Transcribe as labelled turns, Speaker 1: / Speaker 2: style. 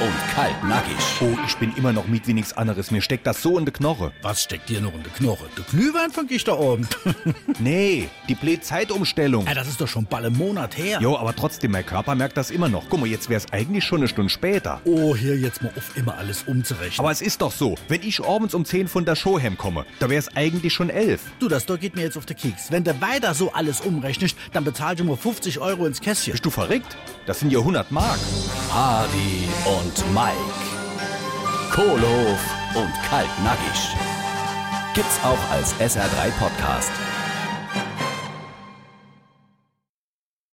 Speaker 1: und Kaltnackig.
Speaker 2: Oh, ich bin immer noch mit wie nichts anderes. Mir steckt das so in die Knoche.
Speaker 3: Was steckt dir noch in der Knoche? Der Glühwein fang ich da oben.
Speaker 2: Nee, die Blähzeitumstellung.
Speaker 3: ja, das ist doch schon bald einen Monat her.
Speaker 2: Jo, aber trotzdem, mein Körper merkt das immer noch. Guck mal, jetzt wär's eigentlich schon eine Stunde später.
Speaker 3: Oh, hier jetzt mal auf immer alles umzurechnen.
Speaker 2: Aber es ist doch so, wenn ich abends um 10 von der Show heimkomme, da wär's eigentlich schon 11.
Speaker 3: du, das da geht mir jetzt auf den Keks. Wenn du weiter so alles umrechnest, dann bezahlst du nur 50 Euro ins Kästchen.
Speaker 2: Bist du verrückt? Das sind ja 100 Mark.
Speaker 1: Hardy und Mike, Kohlehof und Kaltnackig. Gibt's auch als SR3 Podcast.